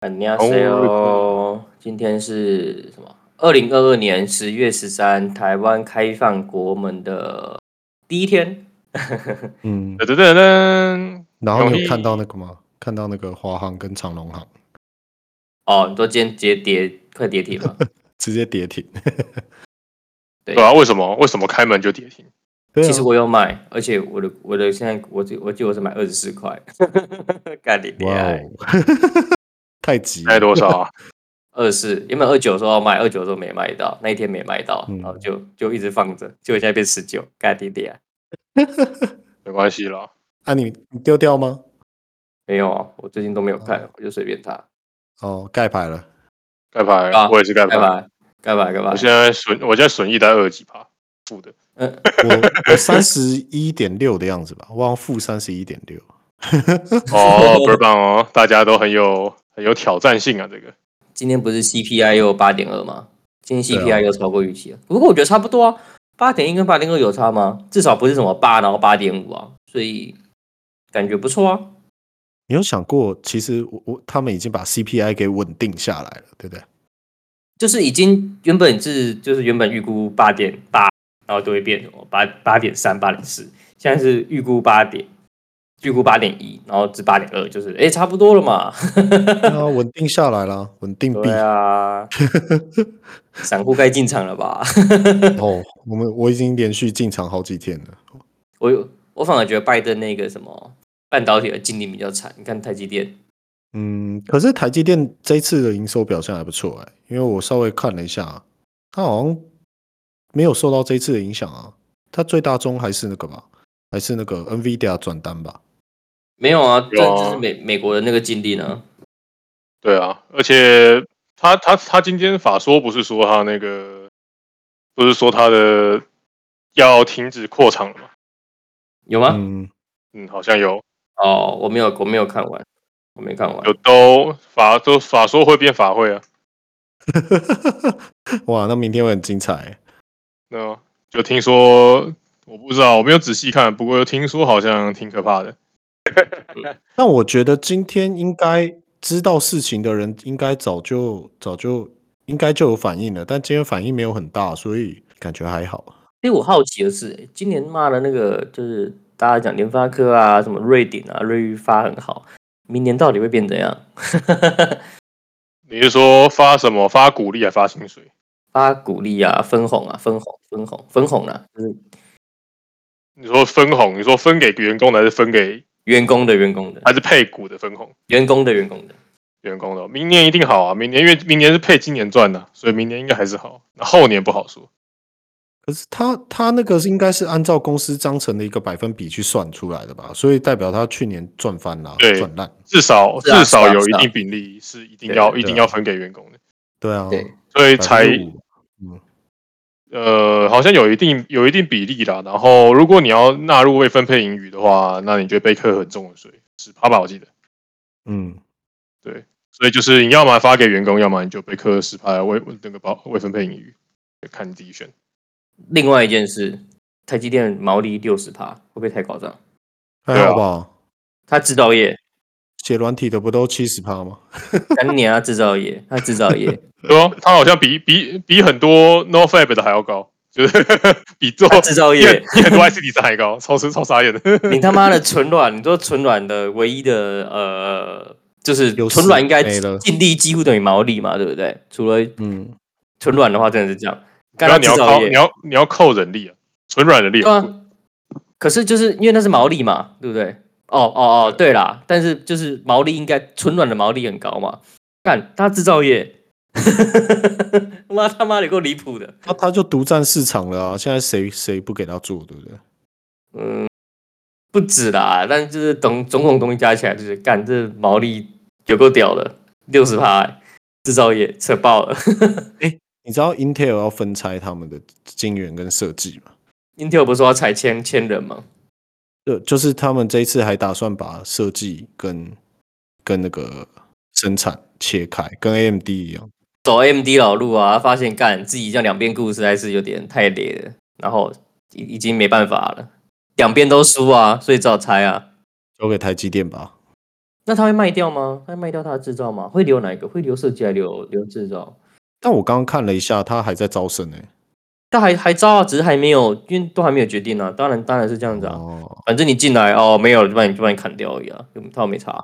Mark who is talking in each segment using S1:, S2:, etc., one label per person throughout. S1: 很你好，今天是什么？二零二二年十月十三，台湾开放国门的第一天。
S2: 嗯，
S3: 噔噔噔噔，
S2: 然后你
S3: 容易
S2: 有看到那个吗？看到那个华航跟长龙航
S1: 哦，你说今天直接跌，快跌停 了。
S2: 直接跌停。
S1: 对
S3: 对啊，为什么为什么开门就跌停？
S2: 啊
S1: 其实我有买，而且我的我的现在我记我记得我是买二十四块， 干你
S2: 哇
S1: 娘！
S2: 哦， 太急
S3: 开
S2: 了，
S3: 多少啊？
S1: 二四，原本二九说要卖，二九说没卖到，那一天没卖到，
S2: 嗯
S1: 然后就就一直放着，结果现在变十九，干你娘！
S3: 没关系啦，
S2: 啊你你丢掉吗？
S1: 没有啊，我最近都没有看，我就随便它。
S2: 哦，盖牌了。
S3: 盖牌
S1: 啊，
S3: 我也是盖
S1: 干
S3: 牌。
S1: 嘛干嘛干嘛
S3: 我？现在损，我现在损益在二十几趴，负 的。
S1: 嗯，
S2: 我我三十一点六的样子吧，我好像负三十一点六。
S3: 哦，倍儿棒哦，大家都很有很有挑战性啊，这个。
S1: 今天不是 CPI 又八点二吗？今天
S2: 对啊
S1: CPI 又超过预期了，不过我觉得差不多啊，八点一跟八点二有差吗？至少不是什么八，然后八点五啊，所以感觉不错啊。
S2: 你有想过，其实我我他们已经把 CPI 给稳定下来了，对不对？
S1: 就是已经原本是就是原本预估八点八，然后都会变什么八八点三、八点四，现在是预估八点，预估八点一，然后至八点二，就是哎、诶差不多了嘛。
S2: 对啊，稳定下来了，稳定币。
S1: 对 啊，散户该进场了吧？
S2: 哦，我们我已经连续进场好几天了。
S1: 我有我反而觉得拜登那个什么半导体的经历比较惨，你看台积电，
S2: 嗯，可是台积电这一次的营收表现还不错哎、因为我稍微看了一下，它好像没有受到这一次的影响啊。它最大宗还是那个吧，还是那个 NVIDIA 转单吧。
S1: 没有啊，这
S3: 有啊
S1: 这是美美国的那个经历呢。
S3: 对啊，而且他他他今天法说不是说他那个，不是说他的要停止扩厂了吗？
S1: 有吗？
S2: 嗯，
S3: 嗯，好像有
S1: 哦，我没有，我没有看完，我没看完
S3: 有。都法都法说会变法会啊，
S2: 哇，那明天会很精彩欸、
S3: 那就听说我不知道，我没有仔细看，不过又听说好像挺可怕的。
S2: 但我觉得今天应该知道事情的人，应该早就早就应该就有反应了，但今天反应没有很大，所以感觉还好。
S1: 所以哎我好奇的是，今年骂的那个就是大家讲联发科啊，什么瑞鼎啊、瑞发很好，明年到底会变怎样？
S3: 你是说发什么发鼓励还发薪水？
S1: 发鼓励啊，分红啊，分红，分红，分红啊，就是
S3: 你说分红？你说分给员工的还是分给
S1: 员工的员工的
S3: 还是配股的分红？
S1: 员工的员工的。
S3: 员工的哦明年一定好啊！明年因为明年是配今年赚的，啊所以明年应该还是好。啊那后年不好说。
S2: 可是他他那个是应该是按照公司章程的一个百分比去算出来的吧，所以代表他去年赚翻了，啊
S3: 对
S2: 赚烂。
S3: 至少、
S1: 是啊
S3: 至少
S1: 是啊
S3: 有一
S1: 是啊
S3: 定比例是一定
S1: 对啊
S3: 要
S2: 对
S3: 一定要分给员工的，
S2: 对啊，
S1: 对
S3: 所以才
S2: 5%
S3: 呃好像有一定有一定比例啦。然后如果你要纳入未分配盈余的话，那你就被课很重的税，十趴吧，我记得。
S2: 嗯，
S3: 所以就是你要么发给员工，要么你就被课十趴的未那个包未分配盈余，就看你自己选。
S1: 另外一件事，台积电毛利六十趴，会不会太夸张？
S2: 还
S3: 对啊
S2: 好吧？
S1: 它制造业，
S2: 写软体的不都七十趴吗？
S1: 干你啊，制造业， 它制造业，
S3: 对 哦，他好像比比比很多 No Fab 的还要高，就是 比做
S1: 它制造
S3: 比很
S1: 业，
S3: 比很多 IC 底子还高，超超超傻眼的。
S1: 你他妈的纯卵，你说纯卵的唯一的呃，就是
S2: 优势
S1: 纯卵应该
S2: 没了
S1: 净利几乎等于毛利嘛，对不对？除了
S2: 嗯，
S1: 纯卵的话，真的是这样。干
S3: 然后
S1: 它
S3: 你
S1: 制
S3: 要
S1: 造
S3: 靠
S1: 业，
S3: 你要你要扣人力啊，纯软人力
S1: 对
S3: 很
S1: 啊
S3: 贵。
S1: 可是就是因为那是毛利嘛，对不对？哦哦哦，对啦，但是就是毛利应该纯软的毛利很高嘛。干，它制造业， 妈他妈的够离谱的。
S2: 那他就独占市场了啊！现在谁谁不给他做，对不对？
S1: 嗯，不止啦，但就是总总共东西加起来，就是干这毛利有够屌的，六十趴，制造业扯爆了。
S2: 你知道 Intel 要分拆他们的晶圆跟设计吗？
S1: Intel 不是说要裁千千人吗？
S2: 就就是他们这一次还打算把设计跟跟那个生产切开，跟 AMD 一样。
S1: 走 AMD 老路啊，发现干自己这样两边顾实在是有点太累了，然后已已经没办法了，两边都输啊，所以只好拆啊。
S2: 交给台积电吧。
S1: 那他会卖掉吗？他会卖掉他的制造吗？会留哪一个？会留设计还留留制造？
S2: 但我刚刚看了一下，他还在招生呢、欸
S1: 但还还招啊，只是还没有，因为都还没有决定啊。当然当然是这样子啊，
S2: 哦，
S1: 反正你进来哦，没有就把你就把你砍掉而已啊，就他又没查。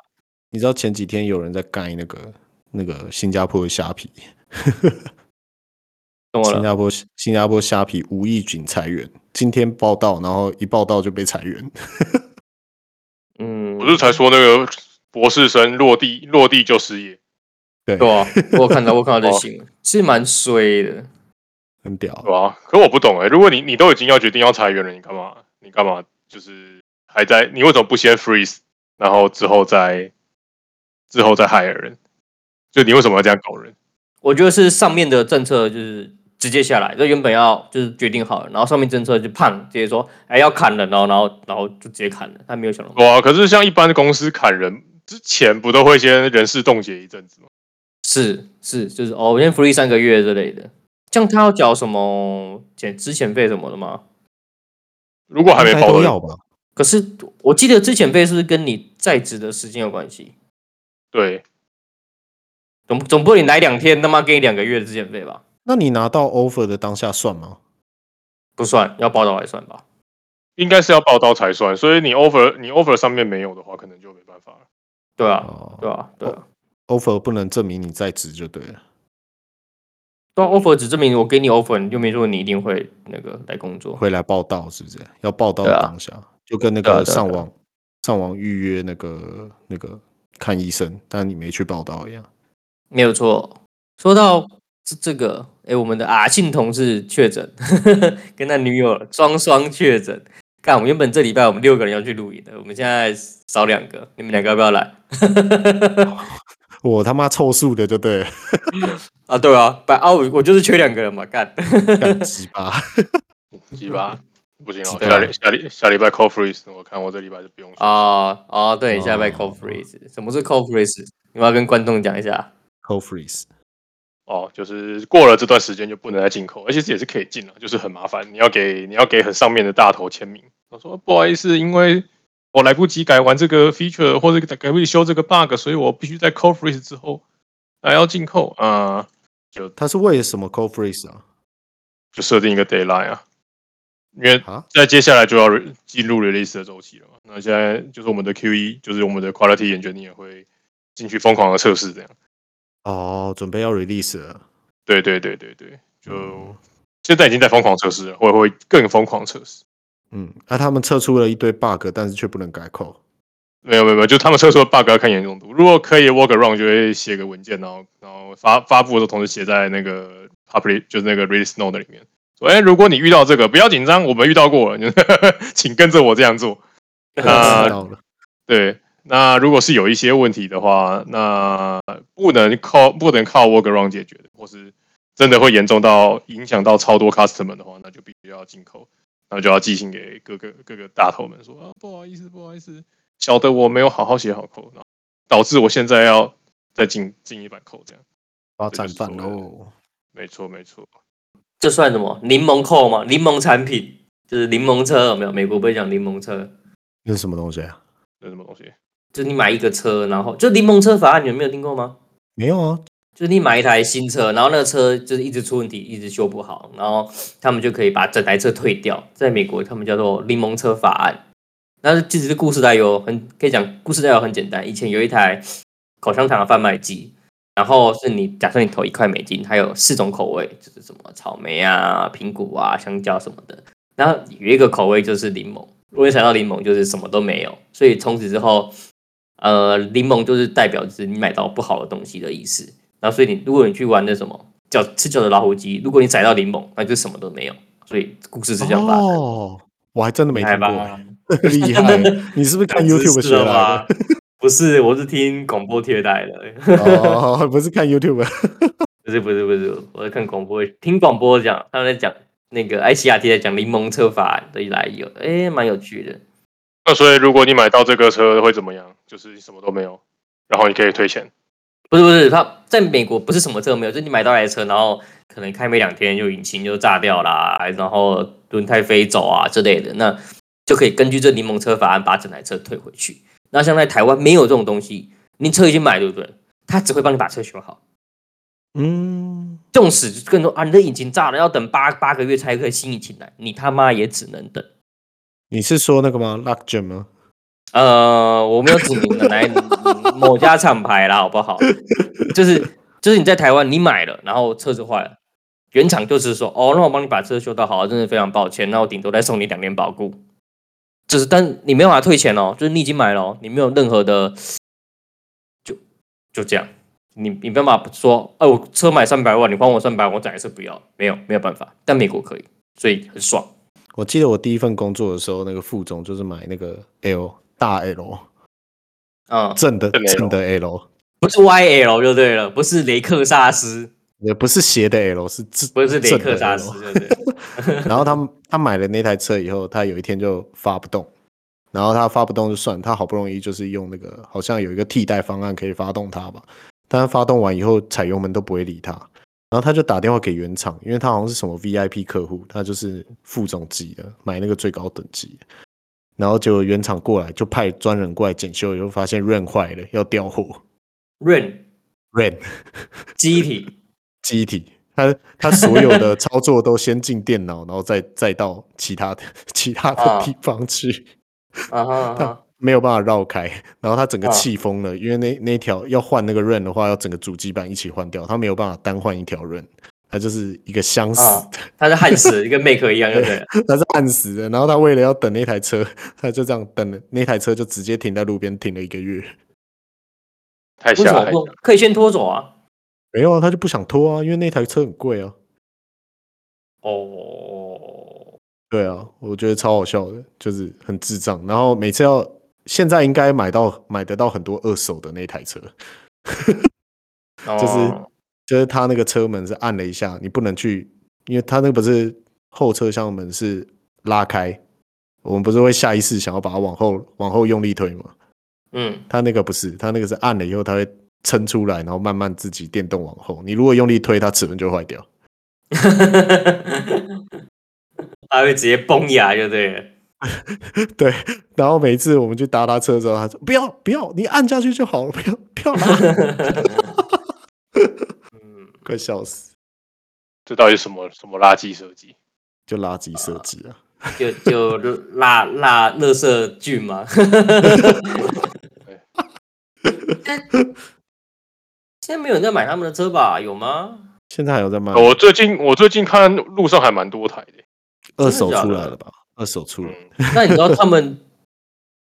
S2: 你知道前几天有人在盖那个那个新加坡的虾皮，
S1: 懂我
S2: 新
S3: 啊
S1: 了，
S2: 加坡新加坡虾皮吴义军裁员，今天报道，然后一报道就被裁员。
S1: 嗯，
S3: 我是才说那个博士生落地落地就失业，
S2: 对，
S1: 对啊，我有看 到我有看到这
S3: 哦
S1: 新闻，是蛮衰的。
S2: 很屌
S3: 对。吧、可我不懂哎、如果你你都已经要决定要裁员了，你干嘛你干嘛就是还在你为什么不先 freeze，然后之后再之后再 hire 人？就你为什么要这样搞人？
S1: 我觉得是上面的政策就是直接下来，就原本要就是决定好了，然后上面政策就胖直接说，哎要砍人哦，然后然后就直接砍了，他没有想到
S3: 哇！啊可是像一般公司砍人之前，不都会先人事冻结一阵子吗？
S1: 是是就是哦，我先 free 三个月之类的，这样他要缴什么减资遣费什么的吗？
S3: 如果还没
S2: 应该
S3: 报
S2: 都
S3: 的
S2: 要吧？
S1: 可是我记得资遣费是不是跟你在职的时间有关系？
S3: 对，
S1: 总总不能你来两天，他妈给你两个月的资遣费吧？
S2: 那你拿到 offer 的当下算吗？
S1: 不算，要报道来算吧。
S3: 应该是要报到才算。所以你 offer 你 offer 上面没有的话，可能就没办法了。
S1: 对啊，
S2: 哦
S1: 对啊，对啊。
S2: ，offer 不能证明你在职就对了。
S1: 对啊，offer 只证明我给你 offer，你就没说你一定会那个来工作。
S2: 会来报道，是不是？要报道
S1: 对
S2: 的
S1: 啊
S2: 当下，就跟那
S1: 对啊
S2: 个
S1: 对啊
S2: 上
S1: 对啊
S2: 网、上网预约那个那个看医生，但你没去报道一样。
S1: 没有错。说到这这个，哎，我们的阿信同事确诊， 跟他女友双双确诊。看，我们原本这礼拜我们六个人要去露营的，我们现在少两个，你们两个要不要来？
S2: 我他妈凑数的 就对了，
S1: 啊，对啊，白啊，我我就是缺两个人嘛， 干。
S2: 干鸡巴。
S3: 鸡巴，不行哦，
S2: 对
S3: 下礼下礼下礼拜 call freeze，我看我这礼拜就不用去。
S1: 啊啊，对，下拜 cold
S2: 哦
S1: freeze，什么是 cold freeze？你们要跟观众讲一下。
S2: Cold freeze，
S3: 哦，就是过了这段时间就不能再进口，而且也是可以进了，就是很麻烦，你要给你要给很上面的大头签名。我说不好意思，因为我来不及改完这个 feature 或者改不及修这个 bug，所以我必须在 call freeze 之后还要进扣啊、呃
S2: 它是为了什么 cold freeze 啊？
S3: 就设定一个 deadline 啊，因为
S2: 啊，
S3: 在接下来就要 re- 进入 release 的周期了嘛。那现在就是我们的 QE，就是我们的 quality engineer 会进去疯狂的测试这样。
S2: 哦，准备要 release 了。
S3: 对对对对对，就、
S2: 嗯
S3: 现在已经在疯狂测试了，会会更疯狂测试。
S2: 嗯，那、他们测出了一堆 bug，但是却不能改 code。
S3: 没有没有没有，就他们测出的 bug 要看严重度。如果可以 work around，就会写个文件，然后然后发发布的时候同时写在那个 public 就是那个 release note 里面。说，哎，如果你遇到这个，不要紧张，我们遇到过了，就是 请跟着我这样做。
S2: 我
S1: 呃
S3: 那
S2: 知道了，
S3: 对，那如果是有一些问题的话，那不能靠不能靠 workaround 解决的，或是真的会严重到影响到超多 customer 的话，那就必须要进口，那就要寄信给各个各个大头们说啊，不好意思，不好意思，晓得我没有好好写好扣，然后导致我现在要再进进一版扣，这样
S2: 要战
S3: 这
S2: 犯哦
S3: 就是所谓
S2: 喽。
S3: 没错没错，
S1: 这算什么？柠檬扣吗？柠檬产品就是柠檬车，有没有？美国不是讲柠檬车？
S2: 那是什么东西啊？
S3: 那什么东西？
S1: 就你买一个车，然后就柠檬车法案，你们没有听过吗？
S2: 没有啊，
S1: 就是你买一台新车，然后那个车就是一直出问题，一直修不好，然后他们就可以把整台车退掉。在美国，他们叫做柠檬车法案。那其实这故事来由很可以讲，故事来由很简单。以前有一台口香糖的贩卖机，然后是你假设你投一块美金，它有四种口味，就是什么草莓啊、苹果啊、香蕉什么的。然后有一个口味就是柠檬，如果你想到柠檬，就是什么都没有。所以从此之后，呃，柠檬就是代表就是你买到不好的东西的意思。然后所以你如果你去玩那什么叫吃饺子老虎机，如果你踩到柠檬，那就什么都没有。所以故事是这样发生的。
S2: 哦，我还真的没
S1: 厉害
S2: 听过、
S1: 吧？
S2: 厉 害！你是不是看 YouTube 学来的？
S1: 吗？不是，我是听广播贴带的，
S2: 哦， 不是看 YouTube，
S1: 不是不是不是，我在看广播，听广播讲他们在讲那个埃西亚蒂在讲柠檬车法的来由，哎，蛮有趣的。
S3: 那所以如果你买到这个车会怎么样？就是什么都没有，然后你可以退钱。
S1: 不是不是，他在美国不是什么车都没有，就是你买到台车，然后可能开没两天就引擎就炸掉啦，然后轮胎飞走啊之类的，那就可以根据这柠檬车法案把整台车退回去。那像在台湾没有这种东西，你车已经买对不对？他只会帮你把车修好，
S2: 嗯，
S1: 纵使更多啊，你的引擎炸了，要等八八个月才可以新引擎来，你他妈也只能等。
S2: 你是说那个吗？Luck Jam 吗？
S1: 呃，我没有指名的，来某家厂牌啦，好不好？就是就是你在台湾你买了，然后车子坏了，原厂就是说，哦，那我帮你把车修到好，真的非常抱歉，那我顶多再送你两年保固。就是，但你没有办法退钱哦，就是你已经买了、哦，你没有任何的，就就这样，你你没办法说，哎、我车买三百万，你还我三百万，我还是不要，没有没有办法，但美国可以，所以很爽。
S2: 我记得我第一份工作的时候，那个副总就是买那个 L 大 L
S1: 嗯，
S2: 正的
S3: 正的 L
S2: 正的 L，
S1: 不是 YL 就对了，不是雷克萨斯，
S2: 也不是斜的 L，是正
S1: 不是雷
S2: 正
S1: 克
S2: 的
S1: 萨
S2: L
S1: 斯，对不对？
S2: 然后他他买了那台车以后，他有一天就发不动，然后他发不动就算，他好不容易就是用那个好像有一个替代方案可以发动它吧，但他发动完以后，踩油门都不会理他，然后他就打电话给原厂，因为他好像是什么 VIP 客户，他就是副总级的，买那个最高等级。然后结果原厂过来就派专人过来检修，以后发现 Rain 坏了，要调货。
S1: 润
S2: Rain
S1: 机体，
S2: 记忆体，它它所有的操作都先进电脑，然后再再到其他的其他
S1: 啊
S2: 的地方去，
S1: 啊哈啊
S2: 它
S1: 哈，
S2: 没有办法绕开。然后它整个
S1: 啊
S2: 气疯了，因为那那条要换那个润的话，要整个主机板一起换掉，它没有办法单换一条润，它就是一个相似
S1: 啊
S2: 的，
S1: 他是焊死的，跟 Make 一样，对不对了？
S2: 它是按死的。然后他为了要等那台车，他就这样等了，那台车就直接停在路边停了一个月。
S3: 太
S1: 为
S3: 瞎
S1: 什么
S3: 了，太
S1: 不
S3: 瞎了
S1: 可以先拖走啊？
S2: 没有啊，他就不想拖啊，因为那台车很贵啊。
S1: 哦，
S2: 对啊，我觉得超好笑的，就是很智障。然后每次要现在应该买到买得到很多二手的那台车，
S1: 就
S2: 就是就是他那个车门是按了一下，你不能去，因为他那个不是后车厢门是拉开，我们不是会下意识想要把它往后往后用力推吗？
S1: 嗯，
S2: 他那个不是，他那个是按了以后它会撑出来，然后慢慢自己电动往后。你如果用力推，它齿轮就会坏掉。
S1: 他会直接崩牙，就对了。
S2: 对，然后每一次我们去搭他车的时候，他说不要不要，你按下去就好了，不要不要拉，
S1: 嗯，
S2: 快笑死。
S3: 这到底是什么什么垃圾设计？
S2: 就垃圾设计啊。
S1: 就就辣辣乐色菌嘛。 现在没有人在买他们的车吧？有吗？
S2: 现在还有在
S1: 哦
S2: 卖，
S3: 我最近我最近看路上还蛮多台的，
S2: 二手
S1: 真的假
S2: 出
S1: 的
S2: 来了吧？二手出来，
S3: 嗯，
S1: 那你知道他们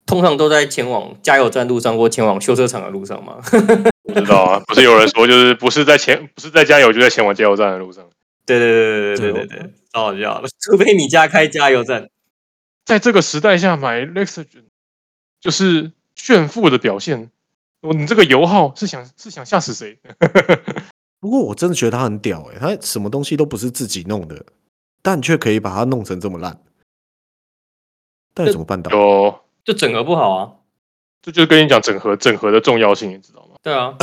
S1: 通常都在前往加油站路上或前往修车厂的路上吗？
S3: 我知道啊，不是有人说就是不是在前不是在加油就在前往加油站的路上，
S1: 对对对对对对对，超好笑的。除非你家开加油站，
S3: 在这个时代下买 Lexus 就是炫富的表现。我你这个油耗是想是想吓死谁？
S2: 不过我真的觉得他很屌哎、他什么东西都不是自己弄的，但却可以把它弄成这么烂，到底怎么办到？
S3: 有，
S1: 就整合不好啊。
S3: 哦这就是跟你讲整合整合的重要性，你知道吗？
S1: 对啊，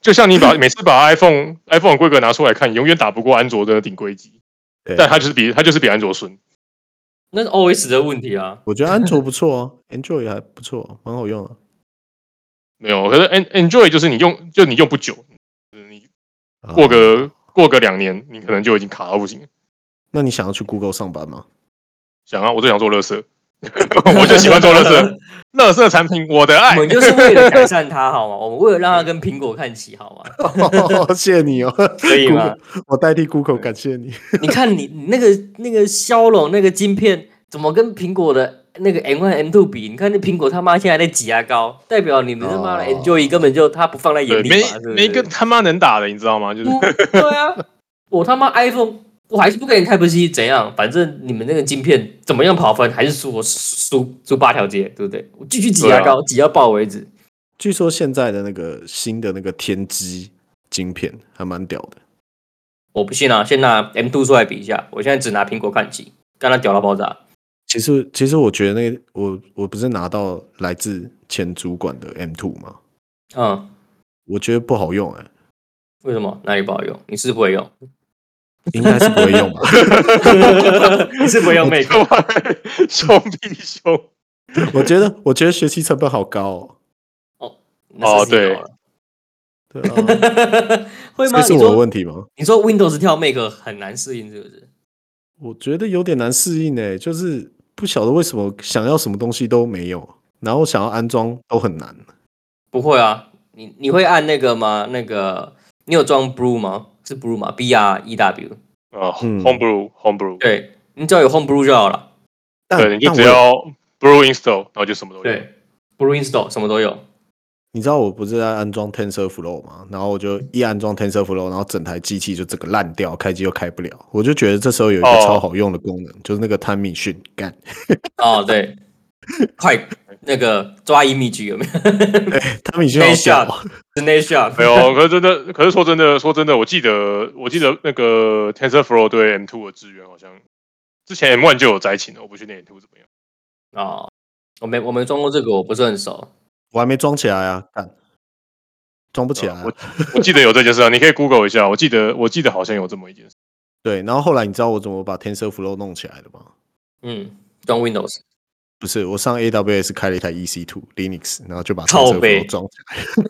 S3: 就像你 把每次把 iPhone iPhone 的规格拿出来看，永远打不过安卓的顶规机，
S2: 对
S3: 但它就是比它就是比安卓顺。
S1: 那是 OS 的问题啊。
S2: 我觉得安卓不错啊，Android 也还不错啊、蛮好用啊。
S3: 没有，可是 En Enjoy 就是你用就你用不久，你
S2: 啊
S3: 过个、过个两年，你可能就已经卡到不行了。
S2: 那你想要去 Google 上班吗？
S3: 想啊，我就想做乐色， 我就喜欢做乐色，乐色产品我的爱
S1: 我。们就是为了改善它，好吗？我们为了让它跟苹果看齐，好吗？
S2: 谢谢你哦，
S1: 可以吗
S2: Google，我代替 Google 感谢你。
S1: 你看你你那个那个骁龙那个晶片，怎么跟苹果的那个 M one M two 比？你看那苹果他妈现在在挤牙膏，代表你们他妈的
S2: 哦
S1: Enjoy 根本就他不放在
S3: 对，
S1: 眼里
S3: 没
S1: 嘛，是不是
S3: 没一个他妈能打的，你知道吗？就是
S1: 嗯对啊，我他妈 iPhone 我还是不给你 Type C 怎样？反正你们那个晶片怎么样跑分，还是输我输输输八条街，对不对？我继续挤
S3: 对啊
S1: 牙膏，挤到爆为止。
S2: 据说现在的那个新的那个天玑晶片还蛮屌的，
S1: 我不信啊！先拿 M two 出来比一下，我现在只拿苹果看齐，干它屌到爆炸。
S2: 其实其实我觉得那个我我不是拿到来自前主管的 M two 吗？
S1: 嗯，
S2: 我觉得不好用哎、
S1: 为什么？哪里不好用？你是不会用，
S2: 应该是不会用吧？
S1: 你是不会用 Mac
S3: 干嘛嘞兄弟兄，
S2: 我觉得我觉得学习成本好高、哦，
S1: 那是
S3: 哦对
S1: 好了
S2: 对啊，
S1: 会吗？
S2: 这是
S1: 你
S2: 我的
S1: 说
S2: 问题吗？
S1: 你说 Windows 跳 Mac 很难适应，是不是？
S2: 我觉得有点难适应诶、就是不晓得为什么想要什么东西都没有，然后想要安装都很难。
S1: 不会啊，你你会按那个吗？那个你有装 Brew 吗？是 Brew 吗？B R E W。
S3: 啊
S2: 嗯
S3: ，Homebrew Homebrew，
S1: 对，你只要有 Home Brew 就好了。
S2: 但
S3: 对，你就
S2: 但
S3: 只
S2: 我
S3: 要 Brew install，然后就什么都有。
S1: 对，Brew Install 什么都有。
S2: 你知道我不是在安装 TensorFlow 吗？然后我就一安装 TensorFlow，然后整台机器就整个烂掉，开机又开不了。我就觉得这时候有一个
S3: 哦
S2: 超好用的功能，就是那个 Time Machine 干，
S1: 哦，对， 快那个抓一秘籍有没有
S2: 对，Time Machine
S1: 内
S2: 好屌
S1: shot 是 n a t shot，
S3: 没有，可是真的，可是说真的，说真的，我记得，我记得那个 TensorFlow 对 M2 的支援好像之前 M1 就有灾情了，我不确定 M2 怎么样。
S1: 哦，我没我没装过这个，我不是很熟。
S2: 我还没装起来啊，干，装不起
S1: 呃
S2: 来啊、
S3: 我记得有这件事啊，你可以 Google 一下，我记得我记得好像有这么一件事。
S2: 对，然后后来你知道我怎么把 TensorFlow 弄起来的吗？
S1: 嗯，装 Windows
S2: 不是，我上 AWS 开了一台 EC2 Linux，然后就把
S1: 靠背
S2: TensorFlow 装起来。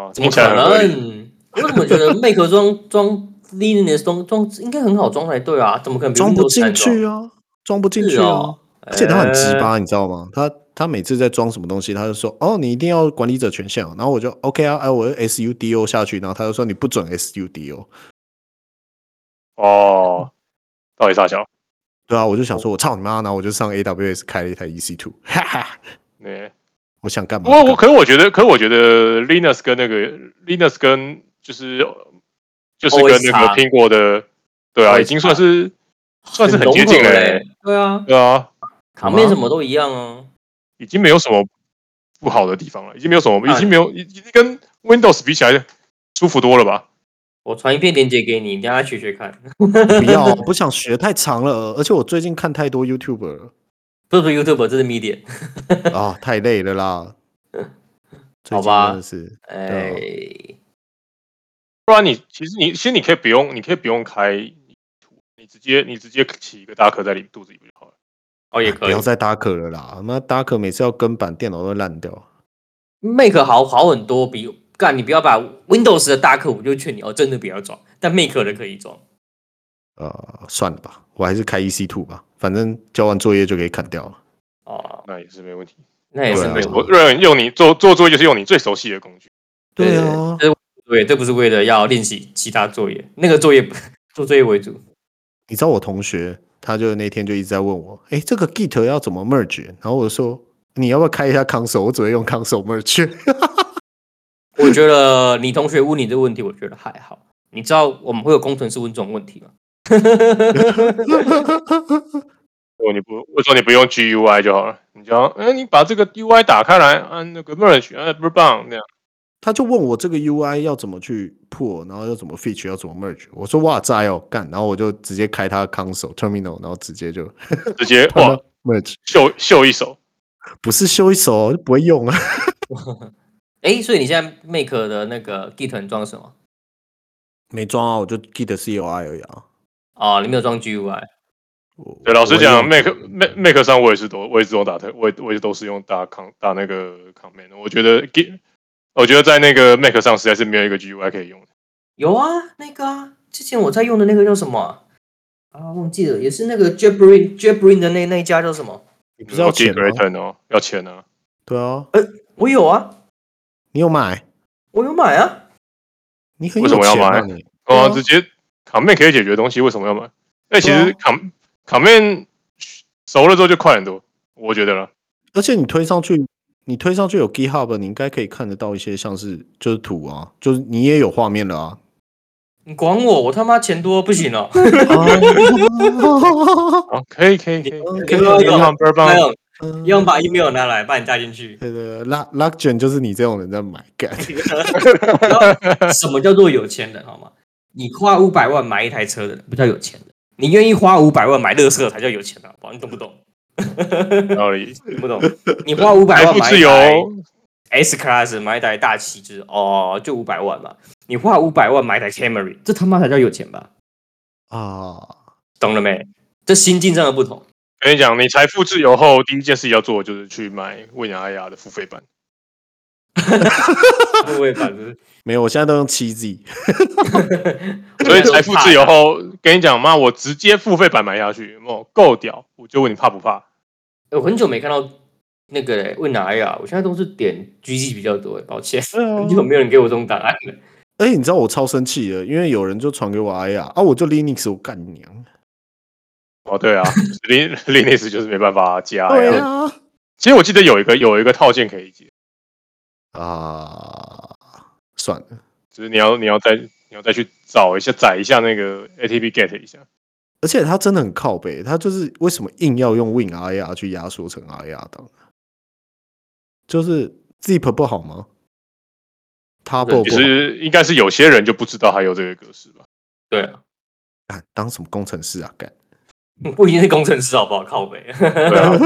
S3: 啊，
S1: 怎
S3: 听
S1: 么
S3: 起
S1: 可
S3: 来很合理
S1: 能？我怎么觉得 Mac 装装 Linux 装装应该很好装才对啊？怎么可能比
S2: 装不
S1: Windows
S2: 进
S1: 难
S2: 去啊，装不进去
S1: 是
S2: 啊，
S1: 哦
S2: 而且他很鸡
S1: 呃
S2: 巴，你知道吗？他他每次在装什么东西，他就说哦，你一定要管理者权限哦，然后我就 OK 啊，哎，我就 SUDO 下去，然后他就说你不准 SUDO，
S3: 哦。到底啥小？
S2: 对啊，我就想说我操你妈，然后我就上 AWS 开了一台 EC2，哈哈，
S3: 对，
S2: 我想干嘛
S3: 不过
S2: 就干嘛？
S3: 我可是我觉得，可是我觉得 Linux 跟那个 Linux 跟就是就是跟那个
S1: OS
S3: 苹果的，对啊，
S1: OS
S3: 已经算是算是
S1: 很
S3: 很接近
S1: 融
S3: 了、
S1: 合嘞。对啊，
S3: 对啊，
S1: 卡面什么都一样啊。
S3: 已经没有什么不好的地方了，已经没有什么，
S1: 哎
S3: 已经没有，已经跟 Windows 比起来舒服多了吧？
S1: 我传一篇链接给你，你让他学学看。
S2: 不要，我不想学，太长了，而且我最近看太多 YouTube 了
S1: 不是不是 YouTube，这是 Media。
S2: 啊，太累了啦。 最
S1: 好
S2: 近
S1: 吧
S2: 真的是
S1: 哎，
S3: 不然你其实你其实你可以不用，你可以不用开你直接你直接起一个大壳在你肚子里不就好了？
S1: 哦也
S2: 哎不
S1: 可以
S2: 要。再打可了啦，那打可每次要更版，电脑都会烂掉。
S1: Make 好好很多，比干你不要把 Windows 的大客户，我就劝你哦，真的不要装，但 Make 的可以装。
S2: 呃，算了吧，我还是开 EC two 吧，反正交完作业就可以砍掉了。
S1: 哦，
S3: 那也是没问题。
S1: 那也是
S2: 对啊
S1: 没有
S2: 我
S1: 问
S3: 我
S1: 题。
S3: 用用你做做作业就是用你最熟悉的工具。
S2: 对啊，
S1: 对，对，这不是为了要练习其他作业，那个作业 做作业为主。
S2: 你知道我同学，他就那天就一直在问我，哎，这个 Git 要怎么 merge？然后我就说，你要不要开一下 console？我只会用 console merge。
S1: 我觉得你同学问你这个问题，我觉得还好。你知道我们会有工程师问这种问题吗？
S3: 如果你不，为什么你不用 GUI 就好了？你就要，嗯、你把这个 UI 打开来，按那个 merge，按啊 b r b o n 那样。
S2: 他就问我这个 UI 要怎么去破，然后要怎么 feature，要怎么 merge。我说哇塞哦，干！然后我就直接开他 console terminal，然后直接就
S3: 直接哇
S2: merge，
S3: 秀秀一手，
S2: 不是修一手就不会用啊。
S1: 哎，所以你现在 Make 的那个 Git 你装什么？
S2: 没装啊，我就 Git CLI 而已啊。
S1: 哦，你没有装 GUI。
S2: 我
S3: 对，老实
S2: 我
S3: 讲
S2: 用
S3: ，Mac Mac Mac 上我也是都我也是都打特，我也我也都是用打 con 打那个 command 的。我觉得 Git，我觉得在那个 Mac 上实在是没有一个 GUI 可以用的。
S1: 有啊，那个啊，之前我在用的那个叫什么啊？啊忘记了，也是那个 Jabrin Jabrin 的那那一家叫什么？
S2: 你不是要钱
S3: Git
S2: 吗？
S3: return 哦，要钱啊！
S2: 对啊，
S1: 我有啊，
S2: 你有买？
S1: 我有买啊。
S2: 你很
S3: 为
S2: 有
S3: 什么要
S2: 钱啊
S3: 买
S2: 你？对啊
S3: 哦，直接 command 可以解决的东西，为什么要买？那其
S2: 对
S3: 实 com command 熟了之后就快很多，我觉得了。
S2: 而且你推上去，你推上去有 GitHub，你应该可以看得到一些像是就是图啊，就是你也有画面了啊。
S1: 你管我，我他妈钱多不行 哦。
S2: 哦
S3: 啊，可以可以可以，
S2: OK，
S1: 有
S3: 倍儿棒倍儿棒
S1: 还，有，要把 email 拿来，把你加进去。
S2: 嗯对对，拉拉卷就是你这种人在买干，
S1: 什么叫做有钱人？好吗？你花五百万买一台车的人不叫有钱人，你愿意花五百万买乐色才叫有钱人，好不好？你懂 不懂？
S3: 有道理。
S1: 懂不懂？你花五百
S3: 财
S1: 万
S3: 富
S1: 买
S3: 自
S1: 一
S3: 由，
S1: 台 S Class，买一台大旗帜，哦，就五百万嘛。你花五百万买一台 Camry，这他妈才叫有钱吧？
S2: 啊，
S1: 懂了没？这心境上的不同。
S3: 跟你讲，你财富自由后，第一件事要做的就是去买问雅雅的付费版。
S1: 会不会反正
S2: 没有，我现在都用七 Z，
S3: 所以财富自由后，跟你讲妈，我直接付费版买下去，哦，够屌！我就问你怕不怕？
S1: 我很久没看到那个嘞，问哪呀？我现在都是点 GG 比较多，抱歉，
S2: 对 啊
S1: 很久没有人给我这种答案 了。
S2: 哎，你知道我超生气的，因为有人就传给我哎呀，啊，我就 Linux，我干你娘，
S3: 哦，对啊，Lin Linux 就是没办法加
S2: 对
S3: 呀。
S2: 啊，
S3: 其实我记得有一个有一个套件可以解，
S2: 啊，算了，
S3: 就是你要你要再你要再去找一下载一下那个 ATP get 一下。
S2: 而且他真的很靠北，他就是为什么硬要用 Win R R 去压缩成 R R 档？就是 Zip 不好吗？Turbo
S3: 其
S2: 不好
S3: 实应该是有些人就不知道还有这个格式吧。
S1: 对 啊，
S2: 干当什么工程师啊？干，
S1: 不一定是工程师好不好？靠北。
S3: 对啊，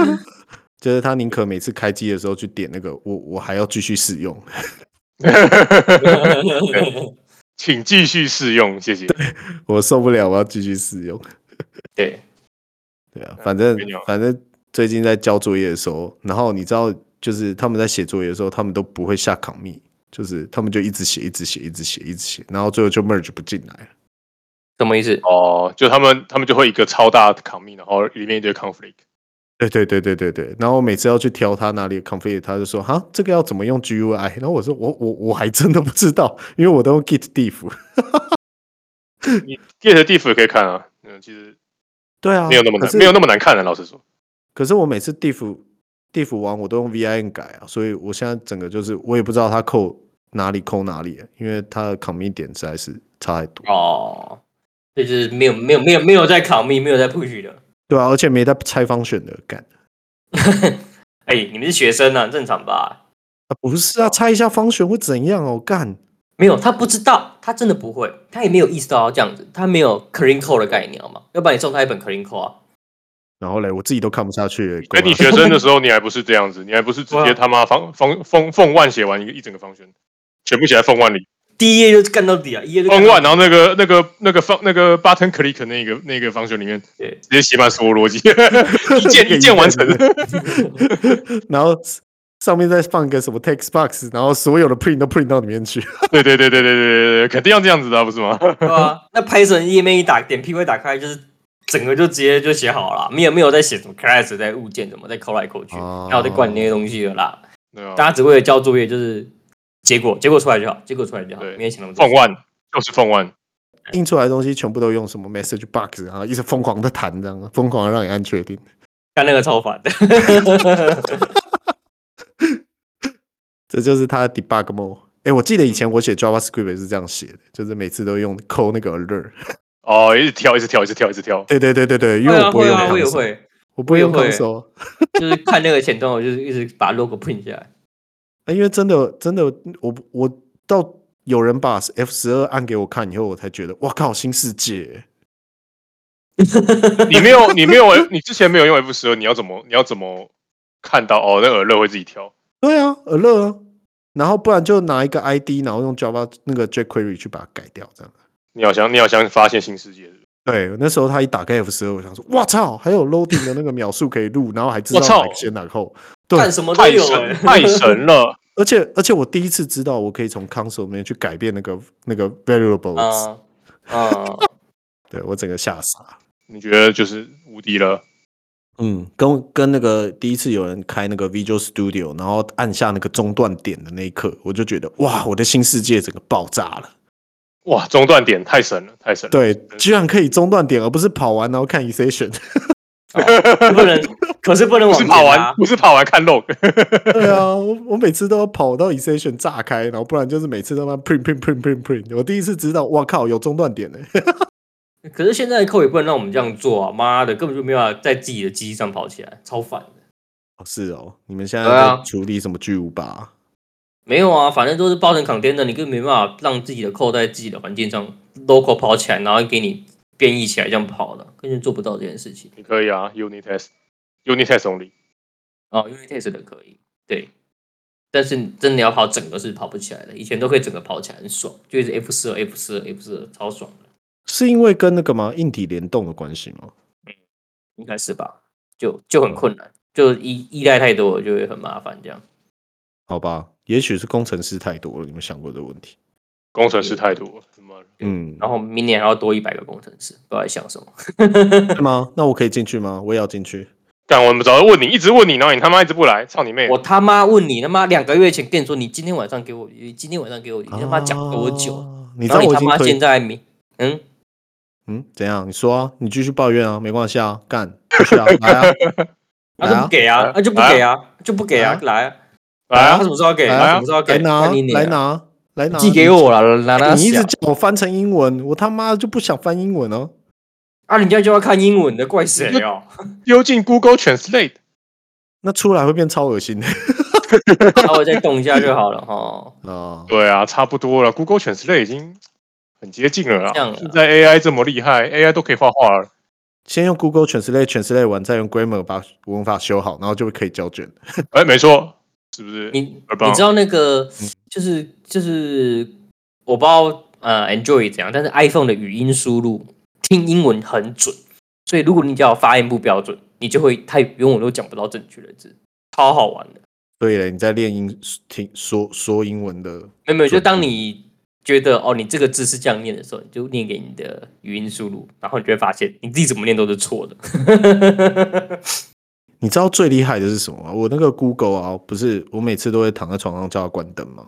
S2: 就是他宁可每次开机的时候去点那个，我我还要继续使用。
S3: 请继续试用，谢谢。
S2: 我受不了，我要继续使用。
S1: 对，
S2: 对啊，反正
S3: 跟你讲
S2: 反正最近在交作业的时候，然后你知道，就是他们在写作业的时候，他们都不会下 c o m 就是他们就一直写，一直写，一直写，一直写，然后最后就 merge 不进来了。
S1: 什么意思？
S3: 哦，就他们他们就会一个超大的 commit，然后里面一堆 conflict。
S2: 对对对对对对，然后我每次要去挑他哪里有 conflict，他就说哈，这个要怎么用 GUI？然后我说我我我还真的不知道，因为我都用 Git diff。
S3: 你 get diff 也可以看啊，嗯，其实
S2: 对啊，
S3: 没有那么难
S2: 可，是
S3: 没有那么难看的、老实说，
S2: 可是我每次 diff diff 完我都用 VIN 改啊，所以我现在整个就是我也不知道他扣哪里扣哪里，因为他的 commit 点实在是差太多。
S1: 哦，这就是没有没有没有没有在考密，没有在 push 的。
S2: 对啊，而且没在拆方选的干
S1: 哎、你们是学生啊，正常吧？
S2: 啊，不是啊，拆一下方选会怎样哦？干
S1: 没有，他不知道，他真的不会，他也没有意识到要这样子，他没有 clean code 的概念好吗？要不然你送他一本 clean code 啊？然
S2: 然后嘞，我自己都看不下去
S1: 哎
S2: 了。
S3: 跟你学生的时候，你还不是这样子，你还不是直
S1: 对
S3: 接
S1: 啊
S3: 他妈方方方凤万写完一个一整个方圈，全部写在凤万里，
S1: 第一页就干到底啊，一页就干
S3: 凤
S1: 到
S3: 万，然后那个那个那个方那个 button click 那个那个方圈里面，
S1: 对
S3: 直接写满所有 逻辑，一 键一键完成。
S2: 候， 然后上面再放个什么 text box，然后所有的 print 都 print 到里面去。
S3: 对对对对对对对对，肯定要这样子的啊、不是 吗？
S1: 对啊，那 Python 页面一打点 P V 打开，就是整个就直接就写好了啦，没有没有在写什么 class 在物件什么在抠来抠去，
S2: 哦
S1: 然后在管那些东西了啦。
S3: 对啊
S1: 大，家只为了交作业，就是结果结果出来就好，结果出来就好，
S3: 对
S1: 没有想那么多
S3: 凤。万就是凤万，
S1: 哎
S2: 印出来的东西全部都用什么 message box，然后一直疯狂的弹，这样疯狂的让你按确定。
S1: 干那个超 烦的，
S2: 这就是它的 debug mode。哎，我记得以前我写 JavaScript 也是这样写的，就是每次都用扣那个 alert。
S3: 哦，一直跳，一直跳，一直跳，一直跳。
S2: 对对对对对，因为我不
S1: 会
S2: 用
S1: 啊，我也
S2: console，、
S1: 会，
S2: 我不会用
S1: 我也会
S2: console。
S1: 就是看那个前端，我就是一直把 logo print 下来。
S2: 啊，因为真的真的，我不我到有人把 F 十二按给我看以后，我才觉得哇靠，新世界！
S3: 你没有，你没有，你之前没有用 F 十二，你要怎么，你要怎么看到哦？那耳乐会自己跳，
S2: 对啊，耳乐啊，然后不然就拿一个 ID，然后用 Java 那个 jQuery 去把它改掉，这样。
S3: 你好像你好像发现新世界了。
S2: 对，那时候他一打开 F 十二，我想说，哇操，还有 loading 的那个秒数可以录，然后还知道
S3: 我操
S2: 哪个先哪个后。对
S1: 干什么都
S3: 太
S1: 有、
S3: 神，
S1: 欸，
S3: 太神了！
S2: 而且而且我第一次知道，我可以从 console 里面去改变那个那个 variables，、
S1: 啊
S3: 嗯
S1: 啊！
S2: 对我整个吓傻。
S3: 你觉得就是无敌了？
S2: 嗯，跟跟那个第一次有人开那个 Visual Studio，然后按下那个中断点的那一刻，我就觉得哇，我的新世界整个爆炸了。
S3: 哇，中断点太神了，太神了！
S2: 对，居然可以中断点，而不是跑完然后看 e s e s s i o n
S1: 不能，可是不能
S3: 不
S1: 往
S3: 是
S1: 前啊
S3: 跑
S1: 拉
S3: 完，。不是跑完看漏。
S2: 对啊，我我每次都要跑到 exception 炸开，然后不然就是每次他妈 print print print print print。我第一次知道，哇靠，有中断点呢、
S1: 可是现在的扣也不能让我们这样做啊！妈的，根本就没有办法在自己的机上跑起来，超烦的。
S2: 哦是哦，你们现在
S1: 对啊
S2: 在处理什么巨无霸啊？
S1: 没有啊，反正都是包成 container，你根本没办法让自己的扣在自己的环境上 local 跑起来，然后给你编译起来这样跑的，根本做不到这件事情
S3: 你可以啊，unit test，unit test only。
S1: 啊。因为 test 的可以，对，但是你真的要跑整个是跑不起来的。以前都可以整个跑起来，很爽，就是 F 四二 F 四二 F 四二超爽的，
S2: 是因为跟那个吗硬体联动的关系吗？
S1: 应该是吧？就就很困难，就依依赖太多了就会很麻烦这样。
S2: 好吧，也许是工程师太多了，你们想过这个问题？
S3: 工程师态度，他妈的
S2: 嗯，
S1: 然后明年还要多一百个工程师，不知道在想什么。
S2: 是吗？那我可以进去吗？我也要进去。
S3: 干我们早就问你，一直问你，然后你他妈一直不来，操你妹！
S1: 我他妈问你他妈两个月前跟你说，你今天晚上给我，你今天晚上给我，你他妈讲多久？
S2: 啊你知
S1: 然
S2: 道
S1: 后你
S2: 我已
S1: 他
S2: 经
S1: 妈
S2: 推
S1: 现在明，嗯，
S2: 嗯怎样？你说啊，你继续抱怨啊，没关系啊，干继续啊，来 啊，
S1: 那、
S2: 来
S1: 就
S2: 啊
S1: 不给啊，那、就不给啊，就不给啊，来啊，
S3: 来
S1: 啊，
S3: 啊
S1: 他什，么时候给？
S2: 来
S1: 他
S2: 啊
S1: 什么时候给？
S2: 来拿
S1: 干你娘
S2: 来，拿来拿，
S1: 寄给我了，拿拿啊
S2: 你一直
S1: 小
S2: 叫我翻成英文，我他妈就不想翻英文哦。
S1: 啊，人家就要看英文的，怪谁哦？
S3: 丢进 Google Translate，
S2: 那出来会变超恶心的
S1: 稍微再动一下就好了哦哈。
S2: 啊！
S3: 对啊，差不多了，Google Translate 已经很接近了
S1: 这样
S3: 啦
S1: 啊了。
S3: 现在 AI 这么厉害，AI 都可以画画了，
S2: 先用 Google Translate Translate 完，再用 Grammar 把文法修好，然后就可以交卷。
S3: 哎，没错，是不是？
S1: 你
S3: 很棒
S1: 你知道那个就是就是我不知道呃 Android 怎样，但是 iPhone 的语音输入听英文很准，所以如果你只要发音不标准，你就会它永远都讲不到正确的字，超好玩的。
S2: 对了，你在练英听说说英文的，
S1: 没有没有，就
S2: 准
S1: 当你觉得哦你这个字是这样念的时候，你就念给你的语音输入，然后你就会发现你自己怎么念都是错的。
S2: 你知道最厉害的是什么吗？我那个 Google 啊，不是我每次都会躺在床上叫它关灯嘛，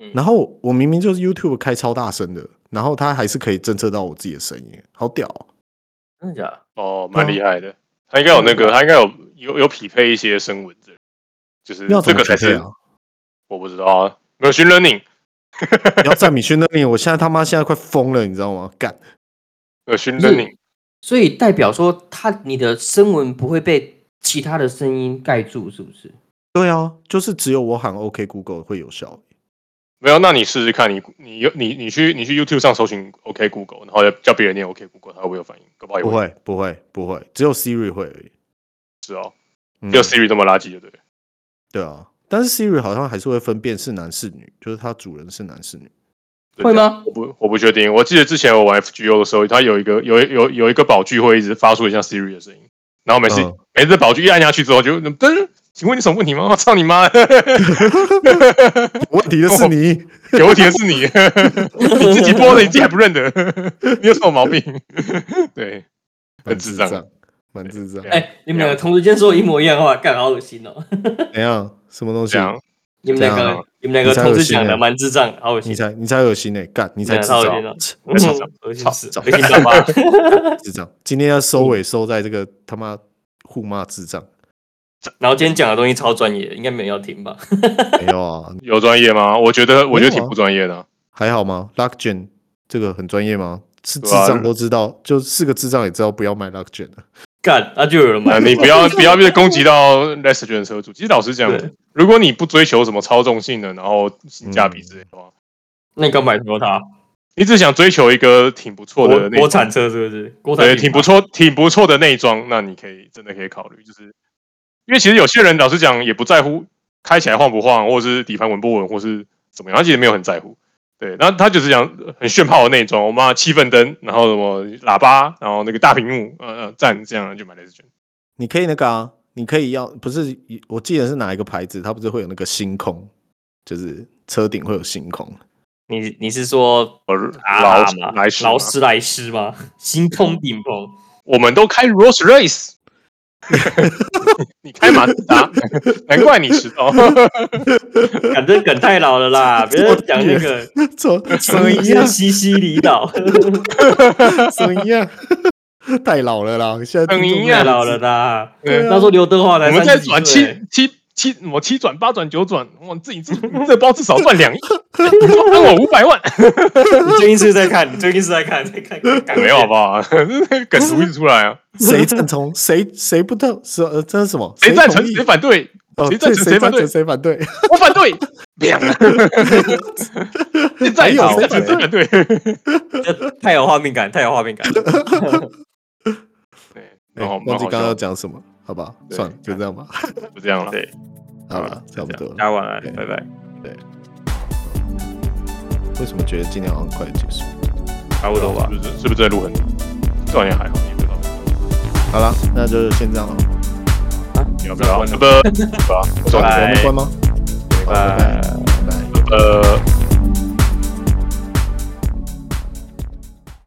S1: 嗯
S2: 然后我明明就是 YouTube 开超大声的，然后它还是可以侦测到我自己的声音，好屌哦、
S1: 真的假的？
S3: 哦，蛮厉害的。他应该有那
S1: 嗯
S3: 个，他应该有有有匹配一些声纹的，就是
S2: 要
S3: 这
S2: 怎么
S3: 个才
S2: 匹配
S3: 是
S2: 啊？
S3: 我不知道啊。没有 machine learning，
S2: 你要在米轩那里，我现在他妈现在快疯了，你知道吗？干，
S3: 没有 machine
S1: 不是
S3: learning，
S1: 所以代表说它你的声纹不会被其他的声音盖住，是不是？
S2: 对啊，就是只有我喊 OK Google 会有效。
S3: 没有，那你试试看，你你你你去你去 YouTube 上搜寻 OK Google，然后叫别人念 OK Google，他会不会有反应？搞不好也
S2: 不会，不会，不会，嗯只有 Siri 会而已。
S3: 是哦，
S2: 嗯
S3: 只有 Siri 这么垃圾就对了。
S2: 对啊，但是 Siri 好像还是会分辨是男是女，就是它主人是男是 女。
S3: 对
S1: 会吗
S3: 我不我不确定，我记得之前我玩 FGO 的时候，它有一个有一有有一个宝具会一直发出很像 Siri 的声音，然后每次、
S2: 嗯
S3: 每次宝具一按下去之后就，噔，请问你什么问题吗？我操你妈！
S2: 问题的是你，
S3: 有问题的是你， 你自己播的，你自己还不认得，你有什么毛病？ 对，
S2: 蛮
S3: 很智障
S2: 障，蛮智障。
S1: 哎、你们两个同时间说一模一样的话，干好恶心哦！
S2: 怎样？什么东西
S3: 这？样
S1: 你们两
S2: 这
S3: 样
S1: 个，你们两个同时讲的蛮智障，好恶
S2: 你
S1: 心，
S2: 才你才恶心呢、欸干你才
S1: 对啊
S2: 智
S1: 超恶
S2: 障
S1: 心的，
S2: 切
S1: 嗯
S3: 操
S1: 恶心死，
S2: 操
S1: 恶心到爆！
S2: 智障。今天要
S3: 嗯
S2: 收尾收在这个他妈互骂智障，
S1: 然后今天讲的东西超专业的，应该没有人要听吧？
S2: 没有啊？
S3: 有专业吗？我觉得我觉得
S2: 没有啊
S3: 挺不专业的啊、
S2: 还好吗？Luckgen 这个很专业吗？是智
S3: 对啊
S2: 障都知道，就是个智障也知道不要买 Luckgen 的。
S1: 干，那就有人买
S3: 呃，你不 要不要被攻击到 less 卷车主。其实老实讲
S1: 对，
S3: 如果你不追求什么操纵性能，然后性价比之类的话，
S1: 嗯那你干嘛买 Toyota？
S3: 你只想追求一个挺不错
S1: 国
S3: 的内
S1: 国产车是不是？国产
S3: 对，
S1: 品牌
S3: 挺不。错，挺不错的内装，那你可以真的可以考虑，就是因为其实有些人老实讲也不在乎开起来晃不晃，或者是底盘稳不稳，或是怎么样，他其实没有很在乎。对，那他就是讲很炫炮的内装，我妈气氛灯，然后什么喇叭，然后那个大屏幕，呃呃，赞这样就买雷士卷。
S2: 你可以那个啊，你可以要不是我记得是哪一个牌子，它不是会有那个星空，就是车顶会有星空。
S1: 你你是说
S3: 呃
S1: 啊
S3: 劳斯
S1: 吗
S3: 莱斯，
S1: 劳，斯莱斯吗？星空顶棚，
S3: 我们都开 Rolls Royce，你开马自达，难怪你迟到。
S1: 感觉梗太老了啦！别人讲那个
S2: 怎么怎么一
S1: 是
S2: 样？
S1: 西西里岛，
S2: 怎么一样？ 太老了啦，现在
S3: 很
S2: 听众
S3: 一
S2: 没有
S3: 样
S1: 太
S2: 人
S1: 老
S2: 知
S1: 了啦。
S2: 对啊
S1: 那时候刘德华才
S3: 我们在
S1: 30几
S3: 转
S1: 岁
S3: 七七七，我七转八转九转，哇，自己自己这包至少赚两亿，分我五百万，
S1: 你最近是在看，你最近是在看，在看，看
S3: 没有啊好不好？梗图一直出来啊，
S2: 谁赞同谁谁不赞是呃这是什么？
S3: 谁赞成
S2: 同意
S3: 谁反对，
S2: 哦
S3: 谁
S2: 对
S3: 赞成谁
S2: 谁
S3: 反对
S2: 谁反对？
S3: 我反对，两。现在
S2: 还有
S3: 好
S2: 谁
S3: 赞成谁反对？
S1: 这太有画面感，太有画面感。
S3: 对，
S2: 哎
S3: 然后
S2: 忘
S3: 哦蛮
S2: 记
S3: 好
S2: 刚刚要
S3: 笑，
S2: 讲什么，好吧，
S3: 对
S2: 算了，就这样吧。
S3: 就这样了。
S1: 对，
S2: 好
S1: 好
S2: 了
S1: 了，
S2: 差不多
S1: 大
S2: 了。
S1: 家晚安
S2: 对，
S1: 拜拜。
S2: 为什么觉得今天好像快结束？
S1: 差不多吧。
S3: 是不是是不是在录很久？这好像还好，也不知道。
S2: 好了，那就先这样了。
S3: 你要不 要？呃不，不，
S2: 算了，我
S1: 拜
S2: 们关吗？好拜
S1: 拜
S2: 拜拜。
S3: 呃。